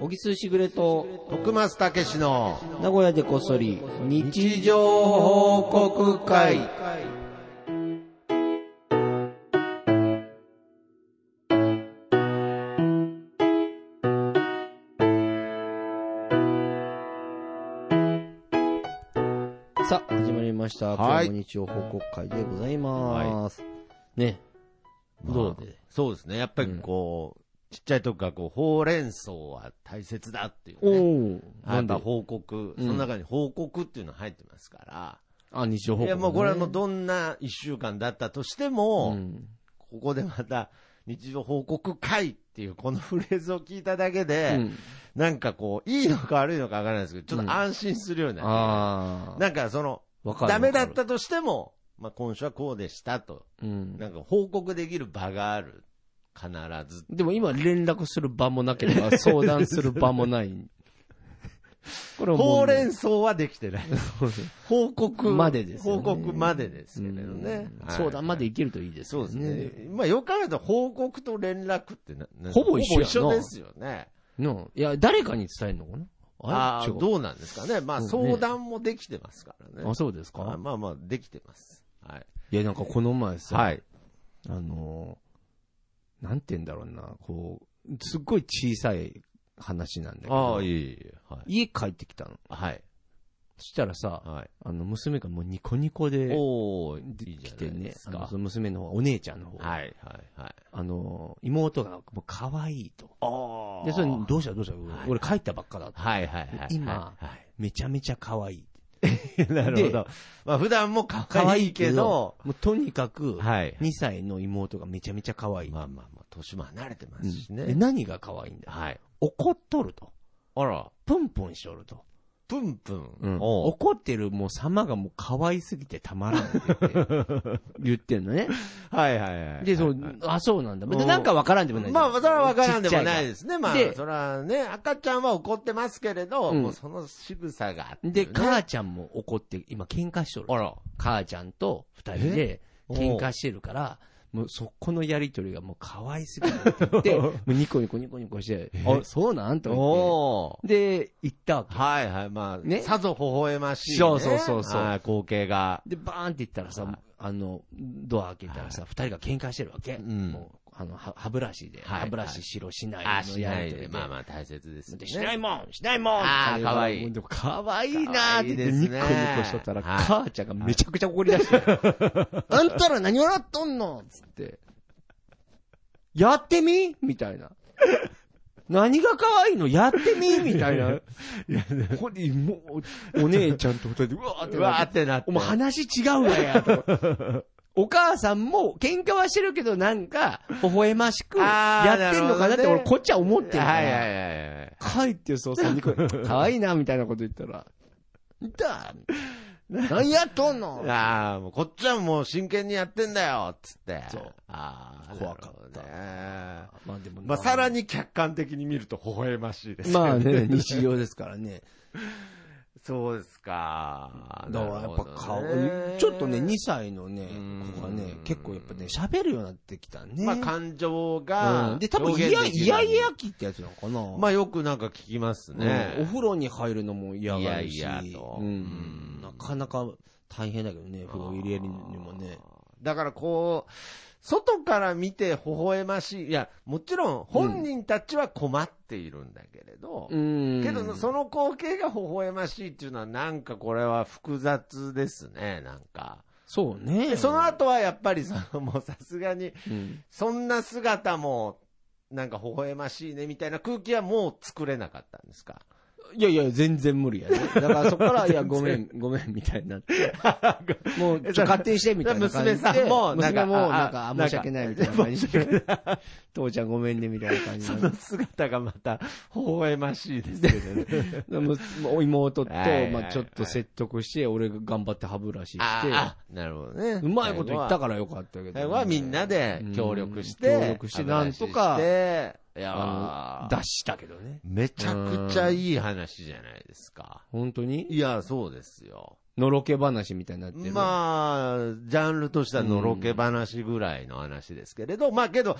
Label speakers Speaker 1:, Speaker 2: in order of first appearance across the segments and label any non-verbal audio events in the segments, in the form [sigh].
Speaker 1: 小木すしぐれと、
Speaker 2: 徳松たけしの
Speaker 1: 名古屋でこっそり、日
Speaker 2: 日
Speaker 1: 常
Speaker 2: 常
Speaker 1: 報
Speaker 2: 報
Speaker 1: 告
Speaker 2: 告
Speaker 1: 会
Speaker 2: 会。
Speaker 1: さあ、始まりました。今
Speaker 2: はい
Speaker 1: 日も日常報告会でございます。ね。
Speaker 2: ど
Speaker 1: ま
Speaker 2: う
Speaker 1: あ
Speaker 2: そうですね。やっぱりこう、ちっちゃい時からこう、ほうれん草は大切だっていう
Speaker 1: お
Speaker 2: ね。
Speaker 1: ー
Speaker 2: や
Speaker 1: な
Speaker 2: っ
Speaker 1: んだ
Speaker 2: ぱ報告、
Speaker 1: う
Speaker 2: そ
Speaker 1: ん
Speaker 2: の中に報告っていうの入ってますか
Speaker 1: あ、日常報
Speaker 2: ら。
Speaker 1: 告、
Speaker 2: いや、もうこれはもうどんな一週間だったとしても、
Speaker 1: うん
Speaker 2: ここでまた、日常報告会っていうこのフレーズを聞いただけ
Speaker 1: う
Speaker 2: で、
Speaker 1: ん。
Speaker 2: なんかこう、いいのか悪いのかわからないですけど、ちょっと安心するようになる
Speaker 1: ああ。
Speaker 2: なんかその、
Speaker 1: わかる
Speaker 2: ダメだ
Speaker 1: わ
Speaker 2: っ。
Speaker 1: か
Speaker 2: たとしても、まあ、今週はこうでしたと、
Speaker 1: るうん。
Speaker 2: なんか報告できる場がある。必ず。
Speaker 1: でも今連絡する場もなければ相談する場も
Speaker 2: [laughs]
Speaker 1: ない。これはも
Speaker 2: ほ
Speaker 1: う
Speaker 2: う
Speaker 1: ね
Speaker 2: れん草はできてない。報告
Speaker 1: までですよね
Speaker 2: 報告までですけれどね
Speaker 1: う。ん
Speaker 2: はい
Speaker 1: 相談までいけるといいです
Speaker 2: そう
Speaker 1: よ
Speaker 2: ですね。まあ、よく考えると報告と連絡ってな、な
Speaker 1: ほぼ一緒やな
Speaker 2: ほぼですよね。
Speaker 1: のいや、誰かに伝えるのかな
Speaker 2: あ
Speaker 1: れ
Speaker 2: あ、
Speaker 1: 違う
Speaker 2: どうなんですかね。まあ、
Speaker 1: そうね
Speaker 2: 相談もできてますからね
Speaker 1: あ、。そうです
Speaker 2: あ
Speaker 1: か
Speaker 2: まあまあ、できてます。はい。
Speaker 1: いや、なんかこの前さ、
Speaker 2: はい。
Speaker 1: あのー、なんて言うんだろうな、こう、すっごい小さい話なんだけ
Speaker 2: ああ、
Speaker 1: ど、
Speaker 2: いえいえ。はい。
Speaker 1: 家帰ってきたの。
Speaker 2: はい。
Speaker 1: そしたらさ、
Speaker 2: はい。
Speaker 1: あの、娘がもうニコニコで
Speaker 2: おおいいじ
Speaker 1: 来
Speaker 2: ゃな
Speaker 1: て
Speaker 2: い
Speaker 1: ね
Speaker 2: で、す
Speaker 1: あの
Speaker 2: か
Speaker 1: そ。の娘の方、お姉ちゃんの方、
Speaker 2: はい、はい、はい。
Speaker 1: あの、妹がもう可愛いと。
Speaker 2: あ
Speaker 1: で、それどうしたどうした俺帰ったばっかだ。
Speaker 2: はいはいはい。
Speaker 1: 今
Speaker 2: は
Speaker 1: めちゃめちゃ可愛い。
Speaker 2: い、 [laughs] なるほど。まあ普段も可愛いけど、
Speaker 1: もうとにかく、
Speaker 2: はい。
Speaker 1: 2歳の妹がめちゃめちゃ可愛い。
Speaker 2: まあまあまあ、年も離れてま
Speaker 1: うん
Speaker 2: すし
Speaker 1: で
Speaker 2: ね。
Speaker 1: 何が可愛いんだ
Speaker 2: はい。
Speaker 1: 怒っとると。
Speaker 2: あら、
Speaker 1: プンプンしとると。
Speaker 2: ぷんぷん。おう
Speaker 1: 怒ってるもう様がもう可愛すぎてたまらんって言って
Speaker 2: [laughs]
Speaker 1: 言ってんのね。
Speaker 2: はいはいはい。
Speaker 1: で、そ
Speaker 2: は
Speaker 1: う
Speaker 2: いは、
Speaker 1: あ、そうなんだ。
Speaker 2: うん
Speaker 1: でなんかわからんでもないい。
Speaker 2: まあ、それは分からんでもない
Speaker 1: ちっちゃ
Speaker 2: ですね。まあ、
Speaker 1: で
Speaker 2: それはね、赤ちゃんは怒ってますけれど、
Speaker 1: うん
Speaker 2: もうその仕草があって、
Speaker 1: い
Speaker 2: ね。
Speaker 1: で、母ちゃんも怒って、今喧嘩しとる
Speaker 2: あ。ら、
Speaker 1: 母ちゃんと二人で
Speaker 2: え
Speaker 1: 喧嘩してるから、もうそこのやりとりがもう可愛すぎるって
Speaker 2: [laughs]
Speaker 1: 言って、もうニコニコニコニコして、あ、そうなんと思
Speaker 2: お
Speaker 1: って。で、行ったわけ。
Speaker 2: はいはい、まあ、
Speaker 1: ね
Speaker 2: さぞ微笑ましい、ね。
Speaker 1: そうそうそうそう
Speaker 2: はい光景が。
Speaker 1: で、バーンって行ったら
Speaker 2: はい
Speaker 1: さ、あの、ドア開けたらさ、二人が喧嘩してるわけ。
Speaker 2: ん
Speaker 1: もう、あの、は歯ブラシで、
Speaker 2: はい
Speaker 1: 歯ブラシしろしな
Speaker 2: あ、
Speaker 1: いの
Speaker 2: し
Speaker 1: や
Speaker 2: ない
Speaker 1: りと
Speaker 2: で。
Speaker 1: りで。
Speaker 2: まあまあ、大切ですね。
Speaker 1: でしないもんしないもん
Speaker 2: あー可愛い
Speaker 1: もうでも可愛いなーって言って、
Speaker 2: 可愛い
Speaker 1: ニ
Speaker 2: で
Speaker 1: コニ
Speaker 2: すね
Speaker 1: コしとったら、
Speaker 2: はい
Speaker 1: 母ちゃんがめちゃくちゃ怒り出して、あんたら何笑っとんのつって、やってみみたいな。何が可愛いのやってみみたいな。ほんで、もう、お姉ちゃんと二人で、うわーって
Speaker 2: うわーってなって。
Speaker 1: お前話違うわや、と。お母さんも喧嘩はしてるけどなんか、微笑ましく
Speaker 2: あー
Speaker 1: やってんのかなって
Speaker 2: なるほどね
Speaker 1: 俺こっちは思ってるから。
Speaker 2: はいはいはいは
Speaker 1: 帰
Speaker 2: い。
Speaker 1: ってそうさ、ニ
Speaker 2: [laughs]
Speaker 1: コニコ。可愛いな、みたいなこと言ったら。いた何やっとんの
Speaker 2: ああ、もうこっちはもう真剣にやってんだよ、っつって。
Speaker 1: そう。
Speaker 2: ああ、
Speaker 1: 怖かった
Speaker 2: なるほどね。
Speaker 1: まあでも
Speaker 2: まあ、さら。に客観的に見ると微笑ましいです。
Speaker 1: まあ
Speaker 2: [laughs]
Speaker 1: ね、日常ですからね。
Speaker 2: そうですか。
Speaker 1: だからやっぱ顔
Speaker 2: なるほど、
Speaker 1: ちょっとね、2歳のね、
Speaker 2: うん
Speaker 1: 子がね、結構やっぱね、喋るようになってきたね。
Speaker 2: まあ、感情が、
Speaker 1: うんで、多分、
Speaker 2: 表
Speaker 1: い
Speaker 2: 現
Speaker 1: や、
Speaker 2: できる
Speaker 1: いやいや期ってやつなのかな。
Speaker 2: まあ、よくなんか聞きます
Speaker 1: うんお
Speaker 2: ね。
Speaker 1: 風呂に入るのも嫌がるし。
Speaker 2: いやいやと
Speaker 1: うん
Speaker 2: うん
Speaker 1: なかなか大変だけどね、風呂入れるにもね。
Speaker 2: だからこう、外から見て微笑ましい。いや、もちろん本人たちは困っているんだけれど、
Speaker 1: うん
Speaker 2: けどその光景が微笑ましいっていうのはなんかこれは複雑ですね、なんか。
Speaker 1: そうね。
Speaker 2: で、その後はやっぱりそのもうさすがに、
Speaker 1: うん
Speaker 2: そんな姿も、なんか微笑ましいねみたいな空気はもう作れなかったんで
Speaker 1: [laughs]
Speaker 2: すか
Speaker 1: いやいや、全然無理やね。だからそこ [laughs] から、いや、ごめん、ごめん、みたいになって。もう、ちょっと勝手にして、みたいな感じで。
Speaker 2: 娘さんもなんか
Speaker 1: 娘も、
Speaker 2: あ
Speaker 1: なん
Speaker 2: あ
Speaker 1: か、
Speaker 2: なんか
Speaker 1: 申し訳ない、みたいな感じで。 [laughs] 父ちゃんごめんね、みたいな感じ
Speaker 2: [laughs] そ
Speaker 1: で
Speaker 2: の姿がまた微笑ましいですけどね。
Speaker 1: でももう妹と、
Speaker 2: はいはいはい
Speaker 1: まあちょっと説得して、俺が頑張って歯ブラシして、
Speaker 2: ああ、なるほどね。
Speaker 1: うまいこと言った
Speaker 2: か
Speaker 1: からよかったけど。
Speaker 2: 最後はみんなで協力して、
Speaker 1: うん協力して、なんと
Speaker 2: 話し
Speaker 1: か、
Speaker 2: てい
Speaker 1: あの、
Speaker 2: やー
Speaker 1: 出したけどね。
Speaker 2: めちゃくちゃいい話じゃないですか。
Speaker 1: 本当に
Speaker 2: いや、そうですよ。
Speaker 1: のろけ話みたいになってる。
Speaker 2: まあ、ジャンルとしてはのろけ話ぐらいの話ですけれど、まあけど、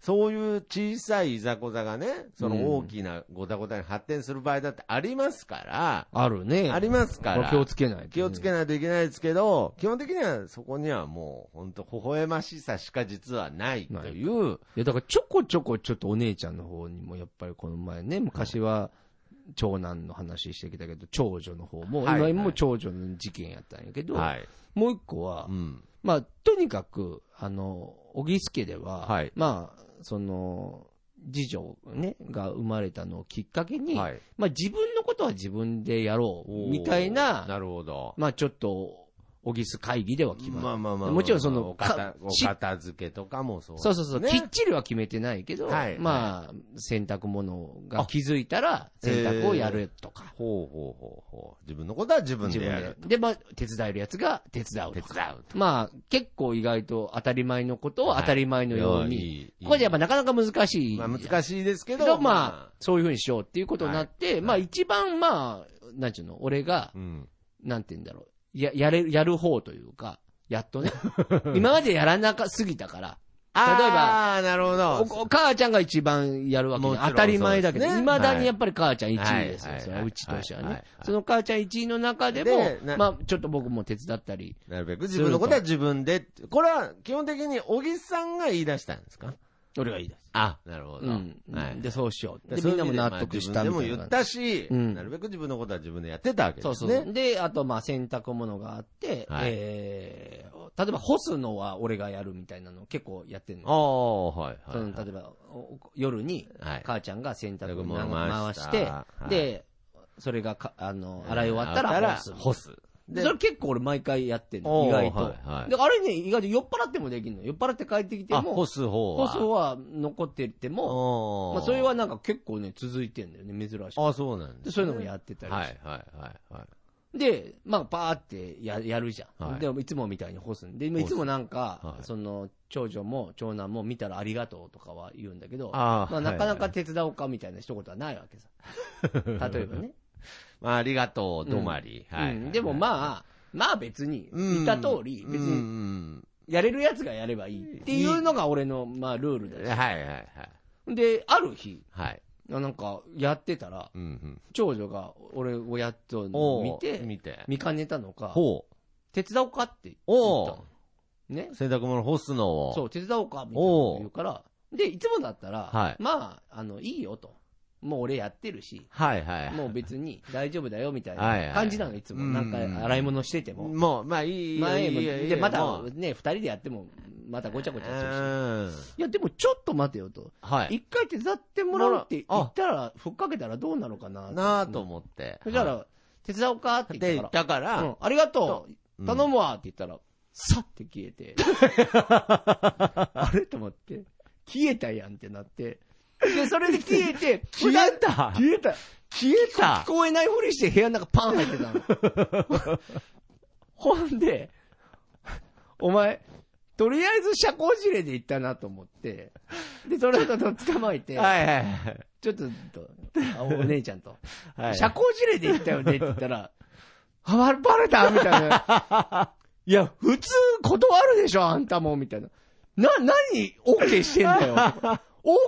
Speaker 2: そういう小さいいざこざがね、そ
Speaker 1: うん
Speaker 2: の大きなごたごたに発展する場合だってありますから、
Speaker 1: あるね。
Speaker 2: ありますか
Speaker 1: これ
Speaker 2: ら、
Speaker 1: 気をつけないとね
Speaker 2: 気をつけないといけないですけど、基本的にはそこにはもう、本当微笑ましさしか実はないという、
Speaker 1: いや、だからちょこちょこちょっとお姉ちゃんの方にも、やっぱりこの前ね、昔は、長男の話してきたけど、長女の方も、
Speaker 2: はいはい
Speaker 1: 今も長女の事件やったんやけど、
Speaker 2: はい。
Speaker 1: もう一個は
Speaker 2: う、ん。
Speaker 1: まあ、とにかく、あの、小木助では、
Speaker 2: はい
Speaker 1: まあ、その、次女、ね、が生まれたのをきっかけに、
Speaker 2: はい。
Speaker 1: まあ自分のことは自分でやろう、みたい
Speaker 2: おー
Speaker 1: な、
Speaker 2: なるほど。
Speaker 1: まあちょっと、小木す会議では決まる。
Speaker 2: まあまあまあ。
Speaker 1: もちろんその
Speaker 2: お片
Speaker 1: か
Speaker 2: お
Speaker 1: し
Speaker 2: 片付けとかもそう。
Speaker 1: そうそうそう、
Speaker 2: ね
Speaker 1: きっちりは決めてないけど、
Speaker 2: はい
Speaker 1: まあ、洗濯物が気づいたら、洗濯をやるとか、
Speaker 2: ほうほうほうほう。自分のことは自分
Speaker 1: 自
Speaker 2: で
Speaker 1: 分
Speaker 2: やる。
Speaker 1: で。で、まあ、手伝えるやつが手伝う
Speaker 2: 手
Speaker 1: と
Speaker 2: 伝
Speaker 1: か。
Speaker 2: うと。
Speaker 1: まあ、結構意外と当たり前のことを
Speaker 2: はい
Speaker 1: 当たり前のよう
Speaker 2: い
Speaker 1: に、
Speaker 2: いいい
Speaker 1: これでやっぱなかなか難しい。
Speaker 2: まあ難しいですけ
Speaker 1: け
Speaker 2: ど、
Speaker 1: ど、まあ、そういうふうにしようっていうことになって、
Speaker 2: い
Speaker 1: まあ一番まあ、なんちゅうの、俺が
Speaker 2: あ、うん。
Speaker 1: なんて言うんだろう、や、やれ、やる方というか、やっと
Speaker 2: [laughs]
Speaker 1: ね。今までやらなかすぎたから、例えば
Speaker 2: ああー、なるほ
Speaker 1: お
Speaker 2: ど。
Speaker 1: お母ちゃんが一番やるわけ
Speaker 2: も
Speaker 1: ね
Speaker 2: ちろん
Speaker 1: 当たり前だけど、
Speaker 2: そうです
Speaker 1: 未
Speaker 2: ね
Speaker 1: だにやっぱり母ちゃん1位ですよ、
Speaker 2: はい
Speaker 1: それはうちとしてはね、
Speaker 2: はいはいはい
Speaker 1: その母ちゃん1位の中でも、
Speaker 2: でな
Speaker 1: まあちょっと僕も手伝ったり、
Speaker 2: なるべく自分のことは自分でって。これは基本的に小木さんが言い出したんですか
Speaker 1: 俺がいいです。
Speaker 2: あ、なるほど。
Speaker 1: うん。
Speaker 2: はい。
Speaker 1: で、そうしよう。
Speaker 2: で
Speaker 1: で、みんなも納得したみた
Speaker 2: そう
Speaker 1: い
Speaker 2: いう意味でまあ自分でも言
Speaker 1: な
Speaker 2: っ。たし、
Speaker 1: うん
Speaker 2: なるべく自分のことは自分でやってたわけです
Speaker 1: そ
Speaker 2: ね。
Speaker 1: うそうそう。で、あと、まあ、洗濯物があって、
Speaker 2: はい
Speaker 1: えー例えば干すのは俺がやるみたいなの結構やってんの。
Speaker 2: ああ、はい、はい。
Speaker 1: その例えば、お夜に
Speaker 2: はい
Speaker 1: 母ちゃんが洗濯物
Speaker 2: 洗濯物
Speaker 1: を回
Speaker 2: 回した
Speaker 1: して、
Speaker 2: はい
Speaker 1: で、それがかあの洗い終わったら干す。
Speaker 2: 干す。
Speaker 1: でそれ結構俺毎回やってんの、
Speaker 2: おー
Speaker 1: 意外と。
Speaker 2: はいはい
Speaker 1: で、あれね、意外と酔っ払ってもできるの。酔っ払って帰ってきて
Speaker 2: あ、
Speaker 1: も
Speaker 2: 干、す方
Speaker 1: 干
Speaker 2: は。
Speaker 1: す方は残ってても、
Speaker 2: おー
Speaker 1: まあ、それはなんか結構ね、続いてんだよね、珍しく。
Speaker 2: あ、そうなんです、
Speaker 1: で
Speaker 2: ね。
Speaker 1: そういうのもやってたりして
Speaker 2: はい、はい、はい、はい。
Speaker 1: で、まあ、パーってややるじゃん。
Speaker 2: はい
Speaker 1: でも、いつもみたいに干すんで、今いつもなんか、
Speaker 2: はい
Speaker 1: その、長女も長男も見たらありがとうとかは言うんだけど、
Speaker 2: あー
Speaker 1: まあ、なかな
Speaker 2: はいは
Speaker 1: か手伝おうかみたいな一言はないわけさ。例えばね。
Speaker 2: [laughs] まあ、ありがとう、止まり。はい、
Speaker 1: うんでもまあ、まあ別に、
Speaker 2: う
Speaker 1: 言
Speaker 2: ん、
Speaker 1: った通り、別
Speaker 2: う
Speaker 1: に、
Speaker 2: ん
Speaker 1: やれるやつがやればいいっていうのが俺の、まあ、ルール
Speaker 2: う
Speaker 1: だ
Speaker 2: ん
Speaker 1: よ。
Speaker 2: はい、はい、はい。
Speaker 1: で、ある日、
Speaker 2: はい。
Speaker 1: なんか、やってたら、
Speaker 2: うん、うん。
Speaker 1: 長女が俺をやっとんの
Speaker 2: お
Speaker 1: を
Speaker 2: ー
Speaker 1: 見て、
Speaker 2: 見て。
Speaker 1: 見かねたのか、
Speaker 2: ほう。
Speaker 1: 手伝おうかって言った
Speaker 2: お
Speaker 1: の
Speaker 2: お。
Speaker 1: ね。
Speaker 2: 洗濯物干すのを。。
Speaker 1: そうう、手伝おうか、みたいなこと言うから、で、いつもだったら、
Speaker 2: はい
Speaker 1: まあ、あの、いいよと。もう俺やってるし、
Speaker 2: はい、はい。
Speaker 1: もう別に大丈夫だよ、みたい
Speaker 2: はいは
Speaker 1: ない感じなの、いつも。なんか、
Speaker 2: うん
Speaker 1: 洗い物してても。
Speaker 2: もう、まあいいよ。
Speaker 1: 前
Speaker 2: い
Speaker 1: も、
Speaker 2: いよいい
Speaker 1: で、
Speaker 2: よ
Speaker 1: また
Speaker 2: もう
Speaker 1: ね、二人でやっても、またごちゃごちゃするし。
Speaker 2: うん
Speaker 1: いや、でもちょっと待てよと。
Speaker 2: はい。
Speaker 1: 一回手伝ってもらうって言ったら、ふっかけたらどうなのかな
Speaker 2: なあと思って。
Speaker 1: そしたら、手伝おうかって
Speaker 2: で、
Speaker 1: 言っ
Speaker 2: だ
Speaker 1: た
Speaker 2: か
Speaker 1: から、う
Speaker 2: ら
Speaker 1: ん、ありがと
Speaker 2: う
Speaker 1: う。
Speaker 2: ん
Speaker 1: 頼むわって言ったら、さって消えて。あれと思って、消えたやんってなって。で、それで [laughs] 消えて、
Speaker 2: 消えた
Speaker 1: 消えた。
Speaker 2: 消えた
Speaker 1: 聞こえないふりして部屋の中パン入ってたの。 [laughs] ほんで、お前、とりあえず社交辞令で行ったなと思って、で、それを捕まえ [laughs] て、
Speaker 2: はいはいはい
Speaker 1: ちょっとと、あお姉ちゃんと、
Speaker 2: はい。
Speaker 1: 社交辞令で行ったよね
Speaker 2: [laughs]
Speaker 1: って言ったら、あ、バレバレたみたいな。
Speaker 2: [laughs]
Speaker 1: いや、普通断るでしょ、あんたも、みたいな。な、何、OK してんだ
Speaker 2: [laughs]
Speaker 1: よ。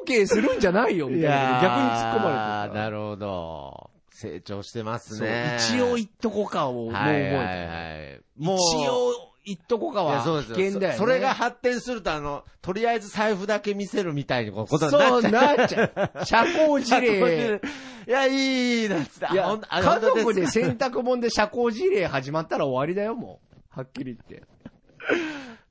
Speaker 1: OK するんじゃないよ、みたいな。逆に突っ込まれてさ
Speaker 2: あなるほど。成長してます
Speaker 1: そう
Speaker 2: ね。
Speaker 1: 一応
Speaker 2: 一
Speaker 1: 言っとこうかを、もう覚
Speaker 2: は
Speaker 1: え
Speaker 2: い
Speaker 1: てる。
Speaker 2: はいはい。もう
Speaker 1: 一応言っとこうか
Speaker 2: いや
Speaker 1: は
Speaker 2: そうです
Speaker 1: 危険だよね。
Speaker 2: それが発展すると、あの、とりあえず財布だけ見せるみたいなことにな
Speaker 1: そ
Speaker 2: っ
Speaker 1: う
Speaker 2: ちゃう。
Speaker 1: なっちゃう。社交辞令。
Speaker 2: いや、いいなっつって。
Speaker 1: い
Speaker 2: あ
Speaker 1: や
Speaker 2: ほん、あ
Speaker 1: 家
Speaker 2: 本当
Speaker 1: 族
Speaker 2: す
Speaker 1: で
Speaker 2: か
Speaker 1: 洗濯物で社交辞令始まったら終わりだよ、もう。はっきり言って。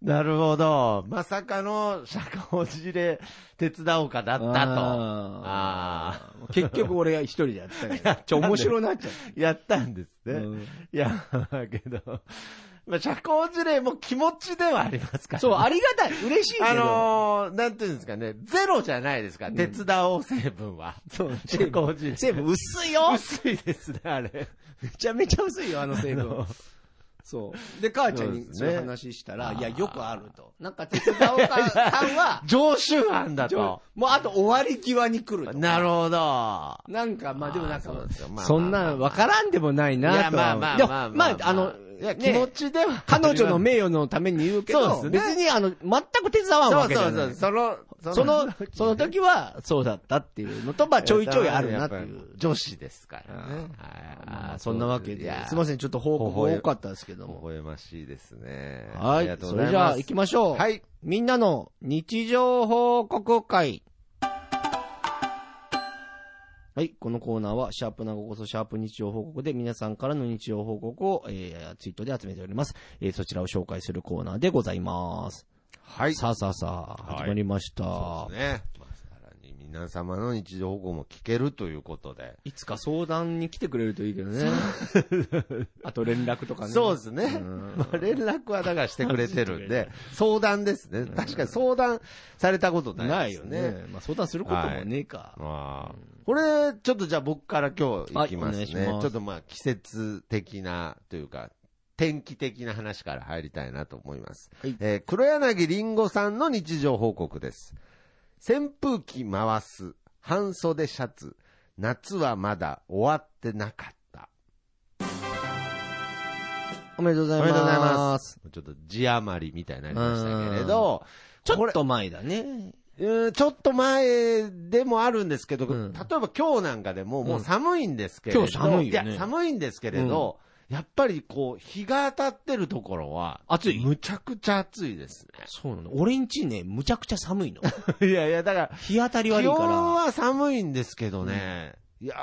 Speaker 2: なるほど。まさかの社交辞令手伝おうかだったと。あ
Speaker 1: あー。結局俺が一人でやってたから。ちょ、面白なっちゃっ
Speaker 2: やったんです [laughs]
Speaker 1: た。
Speaker 2: ね。いや、けど、まあ、社交辞令も気持ちではありますから、
Speaker 1: そう、ありがたい。嬉しいけど。
Speaker 2: あのー、なんていうんですかね、ゼロじゃないですか、手伝おう成分は。
Speaker 1: そう、成
Speaker 2: 社
Speaker 1: 分
Speaker 2: 交辞令。
Speaker 1: 成分薄いよ
Speaker 2: 薄いですね、あれ。
Speaker 1: めちゃめちゃ薄いよ、あの成
Speaker 2: あ [laughs]
Speaker 1: 分
Speaker 2: の。
Speaker 1: そう。で、母ちゃん
Speaker 2: そう
Speaker 1: に
Speaker 2: です
Speaker 1: そ
Speaker 2: ね
Speaker 1: ういう話したら、
Speaker 2: あー
Speaker 1: いや、よくあると。なんか手伝おうか感
Speaker 2: [laughs]
Speaker 1: は、
Speaker 2: 常習犯だ
Speaker 1: ちょ
Speaker 2: と。
Speaker 1: もうあと終わり際に来ると。
Speaker 2: なるほど。
Speaker 1: なんか、まあでもなんか
Speaker 2: あーそうですよまあま、あ
Speaker 1: そんなわからんでもない
Speaker 2: いや
Speaker 1: なと
Speaker 2: ま
Speaker 1: は
Speaker 2: あまあ
Speaker 1: で
Speaker 2: ま
Speaker 1: も
Speaker 2: あ
Speaker 1: まあ、あの、
Speaker 2: いや、気持
Speaker 1: ね、
Speaker 2: ちでは。
Speaker 1: 彼女の名誉のために言うけど、
Speaker 2: そう
Speaker 1: 別
Speaker 2: ですね
Speaker 1: にあの、全く手伝わん
Speaker 2: そ
Speaker 1: わ
Speaker 2: う
Speaker 1: けじ
Speaker 2: そ
Speaker 1: ゃ
Speaker 2: う
Speaker 1: な
Speaker 2: そ、。
Speaker 1: いう
Speaker 2: その、
Speaker 1: その、その時はそうだったっていうのと、まあちょいちょいあるなって
Speaker 2: や
Speaker 1: い
Speaker 2: ぱり
Speaker 1: う。
Speaker 2: 女子ですからね。
Speaker 1: まあそんなわけで、すみ
Speaker 2: み
Speaker 1: ません、ちょっと報告多かったですけど
Speaker 2: 微
Speaker 1: も。
Speaker 2: 笑ましいですね。
Speaker 1: は
Speaker 2: ありが
Speaker 1: い、
Speaker 2: とう
Speaker 1: そ
Speaker 2: ござ
Speaker 1: れ
Speaker 2: い
Speaker 1: じゃ
Speaker 2: ま
Speaker 1: あ
Speaker 2: す
Speaker 1: 行きましょう。
Speaker 2: はい。
Speaker 1: みんなの日常報告会。はい。このコーナーは、シャープなごこそシャープ日常報告で皆さんからの日常報告を、えー、ツイートで集めております。えー、そちらを紹介するコーナーでございます。
Speaker 2: はい。
Speaker 1: さあさあさあ、
Speaker 2: はい
Speaker 1: 始まりました。
Speaker 2: そうですね。まあ、さらに皆様の日常報告も聞けるということで。
Speaker 1: いつか相談に来てくれるといいけど [laughs] ね。あと連絡とかね。
Speaker 2: そうですね。
Speaker 1: ん
Speaker 2: まあ、連絡はだからしてくれて [laughs] るんで、相談ですね。確かに相談されたことな
Speaker 1: ないい
Speaker 2: で
Speaker 1: よ
Speaker 2: すね。
Speaker 1: ね。まあ相談することもねえか。
Speaker 2: まあ、これ、ちょっとじゃあ僕から今日行きま
Speaker 1: はいお
Speaker 2: す
Speaker 1: 願いし
Speaker 2: ね。
Speaker 1: ます
Speaker 2: ちょっとまあ季節的なというか、天気的な話から入りたいなと思います。
Speaker 1: はい
Speaker 2: えー黒柳りんごさんの日常報告です。扇風機回す、半袖シャツ、夏はまだ終わってなかった。
Speaker 1: おめでとうござ
Speaker 2: お
Speaker 1: い
Speaker 2: め
Speaker 1: ます。
Speaker 2: でとうございます。ちょっと字余りみたいになりましたけれど、
Speaker 1: ちょっと前だね。
Speaker 2: うんちょっと前でもあるんですけど、
Speaker 1: うん
Speaker 2: 例えば今日なんかでも、もう寒いんですけれど、
Speaker 1: 今日寒いよね
Speaker 2: や、寒いんですけれど、やっぱりこう、日が当たってるところは、
Speaker 1: 暑い
Speaker 2: むちゃくちゃ暑いです
Speaker 1: そうなの。俺んちね、むちゃくちゃ寒いの。
Speaker 2: [laughs] ね。いやいや、だから、
Speaker 1: 日当たり
Speaker 2: 気
Speaker 1: 悪いか
Speaker 2: 温
Speaker 1: ら。
Speaker 2: は寒いんですけどね、いや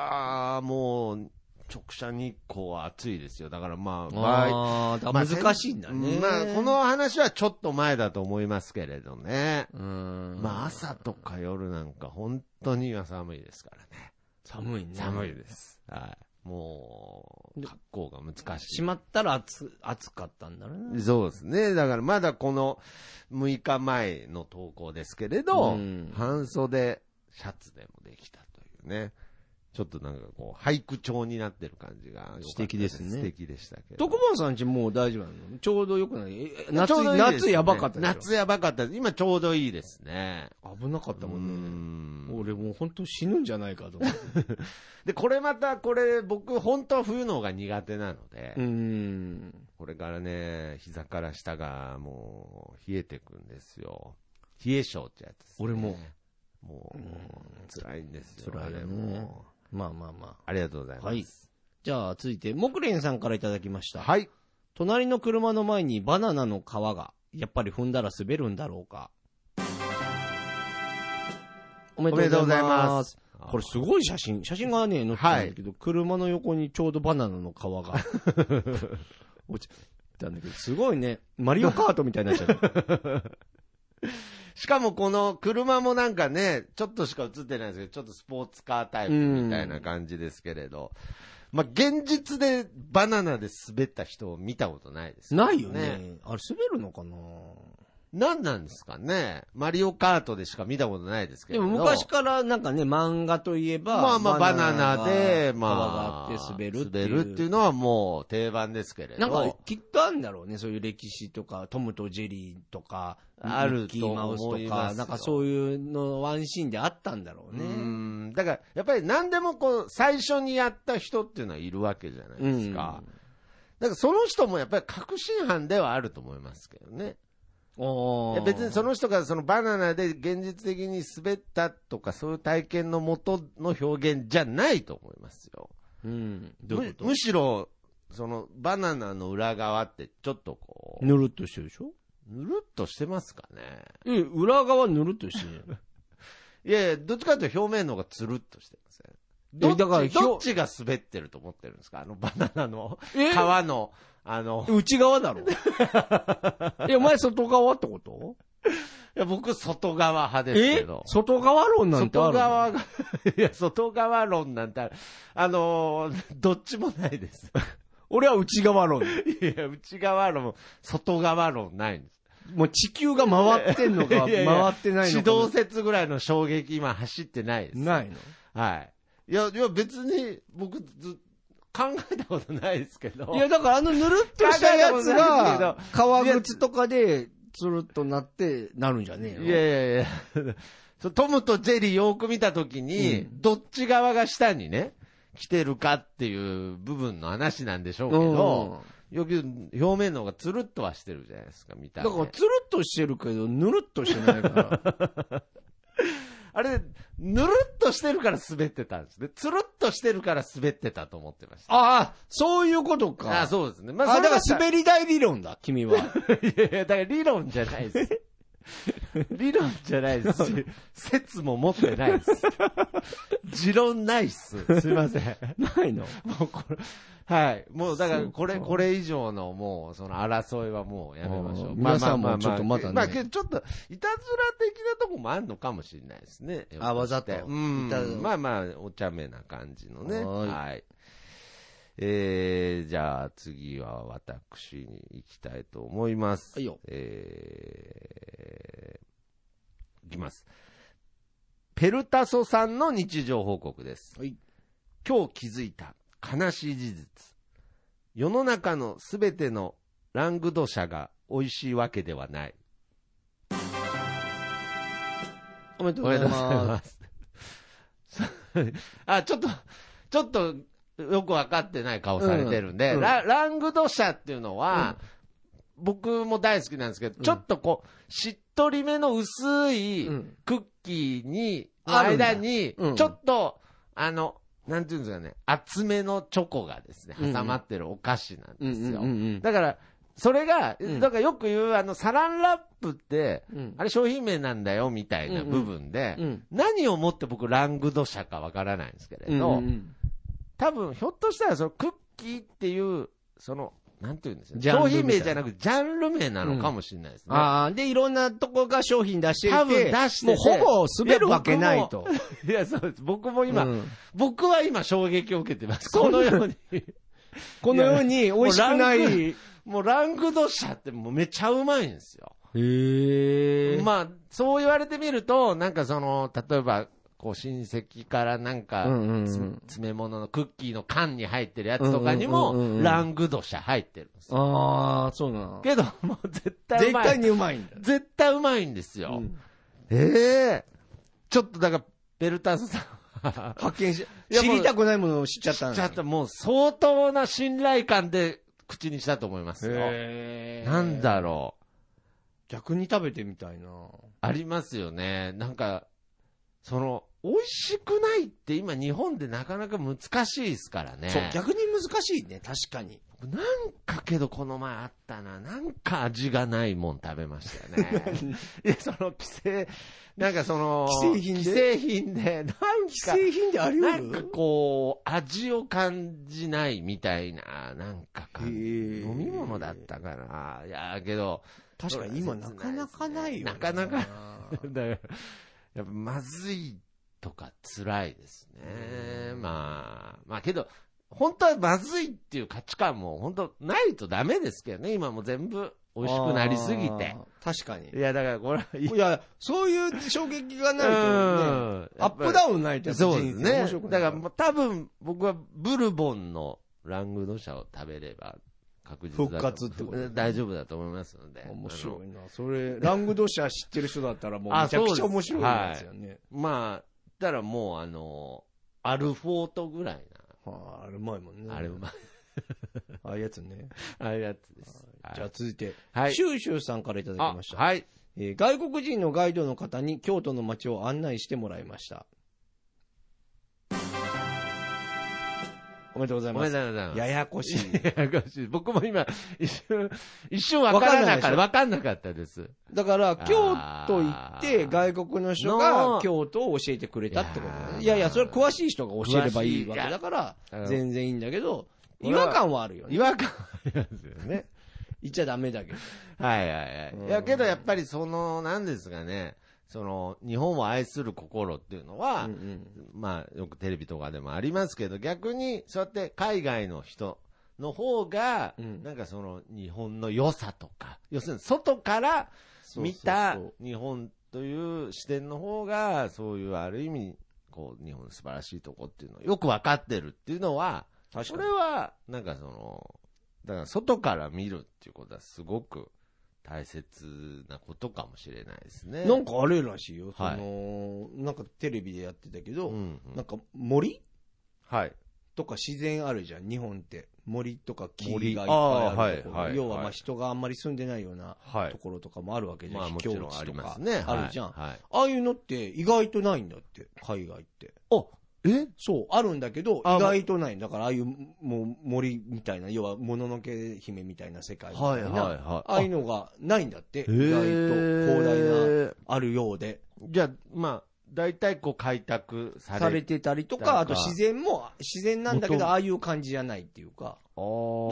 Speaker 2: ー、もう、直射日光は暑いですよ。だからまあ、場合
Speaker 1: あーだから難しいんだね。
Speaker 2: まあ、こ、の話はちょっと前だと思いますけれどね。
Speaker 1: うん。
Speaker 2: まあ、朝とか夜なんか本当には寒いですからね。
Speaker 1: 寒いね。
Speaker 2: 寒いです。はい。もう、格好が難し
Speaker 1: しまったら暑、暑かったんだろう
Speaker 2: い。
Speaker 1: な。
Speaker 2: そうですね。だからまだこの6日前の投稿ですけれ
Speaker 1: う
Speaker 2: ど、
Speaker 1: ん
Speaker 2: 半袖シャツでもできたというね。ちょっとなんかこう、俳句調になってる感じが良かった
Speaker 1: 素敵ですね
Speaker 2: 素敵でしたけど。
Speaker 1: 徳本さんちもう大丈夫なのちょうどよくないえ夏、
Speaker 2: ちょうどいいです
Speaker 1: 夏
Speaker 2: ね
Speaker 1: やばかったでしょ
Speaker 2: 夏やばかったです。今ちょうどいいですね。
Speaker 1: 危なかったもんね。
Speaker 2: ん
Speaker 1: 俺もう本当死ぬんじゃないかと思って。
Speaker 2: で、これまた、これ、僕、本当は冬の方が苦手なので、
Speaker 1: うん。
Speaker 2: これからね、膝から下がもう冷えてくんですよ。冷え性ってやつです、ね。
Speaker 1: 俺も。
Speaker 2: もう、辛いんですよ。
Speaker 1: 辛いよね
Speaker 2: あれも
Speaker 1: まあまあまあ。
Speaker 2: ありがとうございます。
Speaker 1: はい。じゃあ続いて、木蓮さんからいただきました。
Speaker 2: はい。
Speaker 1: 隣の車の前にバナナの皮が、やっぱり踏んだら滑るんだろうか。おめでとうございます。
Speaker 2: あ
Speaker 1: これすごい写真。写真がね、載ってたんだけど、車の横にちょうどバナナの皮 [laughs] が落ちたんだけど、すごいね。マリオカートみたいになっちゃった。
Speaker 2: しかもこの車もなんかね、ちょっとしか映ってないんですけど、ちょっとスポーツカータイプみたいな感じですけれど、まあ、現実でバナナで滑った人を見たことないで
Speaker 1: [laughs]
Speaker 2: す、
Speaker 1: ないよね。あれ滑るのかな
Speaker 2: 何なんですかね。マリオカートでしか見たことないですけ
Speaker 1: で
Speaker 2: れど。
Speaker 1: も昔からなんかね、漫画といえば、
Speaker 2: まあまあ、バナナで、
Speaker 1: が
Speaker 2: まあ、
Speaker 1: 皮があって滑るっていう。
Speaker 2: 滑るっていうのはもう定番ですけれど。
Speaker 1: なんか、きっとあるんだろうね。そういう歴史とか、トムとジェリーとか、
Speaker 2: ある
Speaker 1: ミッキーマウ
Speaker 2: と思
Speaker 1: ス
Speaker 2: い
Speaker 1: とか、
Speaker 2: ますよ
Speaker 1: なんかそういうのワンシーンであったんだろう
Speaker 2: う
Speaker 1: ね。
Speaker 2: ん、だから、やっぱり何でもこう、最初にやった人っていうのはいるわけじゃないですか。だからその人もやっぱり確信犯ではあると思いますけどね。
Speaker 1: おー
Speaker 2: いや別にその人がそのバナナで現実的に滑ったとかそういう体験のもとの表現じゃないと思いますよ。
Speaker 1: うん。どういうこと
Speaker 2: むむしろ、そのバナナの裏側ってちょっとこう、
Speaker 1: ぬるっとしてるでしょ
Speaker 2: ぬるっとしてますかね。
Speaker 1: え、裏側ぬるっとしてる。 [laughs]
Speaker 2: いやいや、どっちかというと表面の方がつるっとしてますね。どっ
Speaker 1: だから
Speaker 2: ち
Speaker 1: 表
Speaker 2: どっちが滑ってると思ってるんですかあのバナナの皮
Speaker 1: え
Speaker 2: の、あの、
Speaker 1: 内側だろ。 [laughs] え、お前外側ってこと
Speaker 2: いや僕外側派ですけ
Speaker 1: え
Speaker 2: ど。
Speaker 1: 外側論なんてあ
Speaker 2: 外
Speaker 1: るの
Speaker 2: 側が、 [laughs] いや、外側論なんてある、あのー、どっちもないです。 [laughs]
Speaker 1: 俺は内側論。
Speaker 2: いや、内側論、外側論ないんです。
Speaker 1: もう地球が回ってん [laughs] のか、
Speaker 2: いや
Speaker 1: 回
Speaker 2: いや
Speaker 1: ってないの
Speaker 2: 指
Speaker 1: か。
Speaker 2: 導説ぐらいの衝撃今走ってないです。
Speaker 1: ないの
Speaker 2: はい。いや、いや別に僕ず考えたことないですけど。
Speaker 1: いや、だからあのぬるっとしたやつが、革
Speaker 2: 考えたことないけど
Speaker 1: 靴とかで、つるっとなって、なるんじゃねえの
Speaker 2: いやいやい [laughs] やそうトムとジェリーよく見たときに、どっち側が下にね、来てるかっていう部分の話なんでしょうけど、よく表面の方がつるっとはしてるじゃないですか、見た
Speaker 1: だ
Speaker 2: 目
Speaker 1: [laughs] から、つるっとしてるけど、ぬるっとしてないから。
Speaker 2: あれ、ぬるっとしてるから滑ってたんですね。つるっとしてるから滑ってたと思ってました。
Speaker 1: ああ、そういうことか。
Speaker 2: あそうですね。ま
Speaker 1: あ、だから
Speaker 2: それ
Speaker 1: 滑り台理論だ、君は。
Speaker 2: [laughs] いやいや、だから理論じゃないです。理論じゃないですし、説も持ってないです。持論ないっす。すいません。
Speaker 1: [laughs] ないの
Speaker 2: もうこれ、はい。もうだから、こ
Speaker 1: そ
Speaker 2: れ、
Speaker 1: うか
Speaker 2: これ以上のもう、その争いはもうやめましょ
Speaker 1: あ
Speaker 2: う。
Speaker 1: ー
Speaker 2: まあ
Speaker 1: 皆さんも
Speaker 2: あああ
Speaker 1: ちょっとまだね
Speaker 2: まあ、けどちょっと、いたずら的なとこもあるのかもしれないですね。
Speaker 1: あわざと
Speaker 2: うん
Speaker 1: いたずら。
Speaker 2: まあまあ、お茶目な感じのね。
Speaker 1: はーい
Speaker 2: はい。えー、じゃあ次は私に行きたいと思います。
Speaker 1: はいよ
Speaker 2: えー、いきます。ペルタソさんの日常報告です。
Speaker 1: はい
Speaker 2: 今日気づいた悲しい事実。世の中のすべてのラングド社が美味しいわけではない。。
Speaker 1: おめでとうございます
Speaker 2: [laughs] あ、ちょっと、ちょっと、よくわかってない顔されてるんで、
Speaker 1: うんうん
Speaker 2: ララングド社っていうのは、僕も大好きなんですけど、
Speaker 1: うん
Speaker 2: ちょっとこう、しっとりめの薄
Speaker 1: す。
Speaker 2: い
Speaker 1: うん。
Speaker 2: クッキーに、
Speaker 1: あるんだ
Speaker 2: 間に
Speaker 1: う、ん
Speaker 2: ちょっと、あの、なんていうんですかね、厚めのチョコがですね、挟まってるお菓子なん
Speaker 1: う
Speaker 2: で
Speaker 1: ん
Speaker 2: すよ。
Speaker 1: うんうん
Speaker 2: だから、それが、
Speaker 1: うん
Speaker 2: だからよく言う、あの、サランラップって、
Speaker 1: うん。
Speaker 2: あれ商品名なんだよ、みたいな部分で、
Speaker 1: うん。
Speaker 2: 何をもって僕、ラングド社かわからないんですけれど、
Speaker 1: うん
Speaker 2: 多分、ひょっとしたら、その、クッキーっていう、その、なんていうんですかね、
Speaker 1: ジャンルみ
Speaker 2: 商
Speaker 1: たいな
Speaker 2: 品名じゃなく、ジャンル名なのかもしれないですね。
Speaker 1: ああ、で、いろんなとこが商品出してて、
Speaker 2: 多分出してて
Speaker 1: もうほぼ滑るわけないと。
Speaker 2: いや、そうです。僕も今、
Speaker 1: うん
Speaker 2: 僕は今、衝撃を受けてます。このように。
Speaker 1: このように美味しくない。
Speaker 2: もうラン
Speaker 1: へ
Speaker 2: もう、ラングド社ってもうめちゃうまいんですよ。
Speaker 1: え。
Speaker 2: まあ、そう言われてみると、なんかその、例えば、こう、親戚からなんか、
Speaker 1: うんうんうん
Speaker 2: つ詰め物のクッキーの缶に入ってるやつとかにも、
Speaker 1: うんうんうんうん
Speaker 2: ラングドシャ入ってるんですよ。
Speaker 1: ああ、そうなの。
Speaker 2: けど、もう絶対う
Speaker 1: 絶
Speaker 2: まい。
Speaker 1: 対にうまいんだよ。
Speaker 2: 絶対うまいんですよ。
Speaker 1: うん
Speaker 2: ええちょっとだから、ベルタスさん
Speaker 1: [laughs]
Speaker 2: は、
Speaker 1: 発見し、
Speaker 2: いや
Speaker 1: 知
Speaker 2: もう
Speaker 1: りたくないものを知っちゃったん
Speaker 2: ち
Speaker 1: だ
Speaker 2: ょっともう相当な信頼感で口にしたと思いますよ。
Speaker 1: へえ
Speaker 2: なんだろう。
Speaker 1: 逆に食べてみたいな。
Speaker 2: ありますよね。なんか、その、美味しくないって今日本でなかなか難しいですからね。
Speaker 1: そう、逆に難しいね、確かに。
Speaker 2: なんかけどこの前あったな、なんか味がないもん食べましたよ
Speaker 1: [laughs]
Speaker 2: ね。いや、その規制、なんかその、
Speaker 1: 既製品で
Speaker 2: 既製品で、なんか、
Speaker 1: 既製品であり
Speaker 2: な
Speaker 1: 得
Speaker 2: んか
Speaker 1: る
Speaker 2: こう、味を感じないみたいな、なんか感じ
Speaker 1: へー
Speaker 2: 飲み物だったかな。いや、けど、
Speaker 1: 確かに今なかなかないよ。
Speaker 2: なかなか
Speaker 1: うん。
Speaker 2: [laughs] だからやっぱまずいとか辛いですね。まあ、まあけど、本当はまずいっていう価値観も本当ないとダメですけどね、今もう全部美味しくなりすぎて。
Speaker 1: あー。確かに
Speaker 2: い。や、だからこれは、い
Speaker 1: いや、そういう衝撃がないとね、アップ
Speaker 2: ウ
Speaker 1: ダウンないと
Speaker 2: ン
Speaker 1: やっぱ
Speaker 2: そう
Speaker 1: 人生
Speaker 2: です
Speaker 1: 面
Speaker 2: ね
Speaker 1: 白く。な
Speaker 2: だ
Speaker 1: い
Speaker 2: からもう多分僕はブルボンのラングドシャを食べれば確実だと
Speaker 1: 復活ってこと
Speaker 2: 大丈夫だと思いますので。
Speaker 1: 面
Speaker 2: あの
Speaker 1: 白いな。そ
Speaker 2: [laughs]
Speaker 1: れ、ラングドシャ知ってる人だったらもうめちゃ
Speaker 2: あそう
Speaker 1: く
Speaker 2: で
Speaker 1: ち
Speaker 2: す
Speaker 1: ゃ面白いやつよね。
Speaker 2: まあ、たらもうあの、アルフォートぐらい
Speaker 1: はあ、あれうまいもんね。
Speaker 2: な、あれ、ま
Speaker 1: ああいうやつね。
Speaker 2: あ、ああいうやつです。はい
Speaker 1: じゃあ続いて、
Speaker 2: はい。
Speaker 1: シューシューさんからいただきました。
Speaker 2: あはい。
Speaker 1: えー外国人のガイドの方に京都の街を案内してもらいました。おめでとうござい
Speaker 2: ごめ
Speaker 1: ま
Speaker 2: ん
Speaker 1: す。
Speaker 2: なさい。
Speaker 1: ややこ
Speaker 2: [laughs]
Speaker 1: しい。
Speaker 2: ややこしい僕も今、一 [laughs] 瞬、一瞬わからなかった。わかんなかったです。
Speaker 1: だから、京都行って、
Speaker 2: あー
Speaker 1: 外国の人が
Speaker 2: の
Speaker 1: 京都を教えてくれたってことだね。
Speaker 2: い
Speaker 1: い
Speaker 2: や
Speaker 1: や
Speaker 2: ー
Speaker 1: いや、それは詳しい人が教えればいいわけだから
Speaker 2: 詳しい、
Speaker 1: 全然いいんだけど、
Speaker 2: うん
Speaker 1: 違和感はあるよね
Speaker 2: 違。和感ありますよね。
Speaker 1: 言っちゃダメだけど。
Speaker 2: はいはいはい。いや、けどやっぱりその、なんですがね、その、日本を愛する心っていうのは、
Speaker 1: うんうん
Speaker 2: まあ、よくテレビとかでもありますけど、逆に、そうやって海外の人の方が、
Speaker 1: うん
Speaker 2: なんかその、日本の良さとか、要するに外から見た
Speaker 1: そうそう
Speaker 2: 日本という視点の方が、そういうある意味、こう、日本の素晴らしいとこっていうのをよくわかってるっていうのは、
Speaker 1: そう
Speaker 2: そ
Speaker 1: 確
Speaker 2: れ
Speaker 1: かに。
Speaker 2: は、なんかその、だから外から見るっていうことはすごく大切なことかもしれないですね。
Speaker 1: なんかあれらしいよ。そ
Speaker 2: はい
Speaker 1: の、なんかテレビでやってたけど
Speaker 2: う、んうん
Speaker 1: なんか森
Speaker 2: はい。
Speaker 1: とか自然あるじゃん、日本って。森とか木がい
Speaker 2: 森
Speaker 1: っぱいあるとこ
Speaker 2: あーは
Speaker 1: ろ
Speaker 2: いはい
Speaker 1: 要はま
Speaker 2: は
Speaker 1: あ
Speaker 2: い
Speaker 1: 人があんまり住んでないような
Speaker 2: はい
Speaker 1: ところとかもあるわけじゃん。
Speaker 2: まあ
Speaker 1: 秘
Speaker 2: も
Speaker 1: 境
Speaker 2: ちろん
Speaker 1: 地
Speaker 2: あ
Speaker 1: と
Speaker 2: りま
Speaker 1: か
Speaker 2: すね。
Speaker 1: あるじゃん。
Speaker 2: はい。
Speaker 1: ああいうのって意外とないんだって、海外って。
Speaker 2: はい、え
Speaker 1: そう、あるんだけど、意
Speaker 2: あ
Speaker 1: 外とない。だから、ああいう、もう、森みたいな、要は、もののけ姫みたいな世界みたいな。
Speaker 2: はいはいはい
Speaker 1: ああいうのがないんだって。意
Speaker 2: へー
Speaker 1: 外と、広大な、あるようで。
Speaker 2: じゃあ、まあ、大体こう開拓され
Speaker 1: されてたりと
Speaker 2: だか
Speaker 1: か、
Speaker 2: ら
Speaker 1: あと自然も、自然なんだけど、
Speaker 2: 元
Speaker 1: ああいう感じじゃないっていうか。だ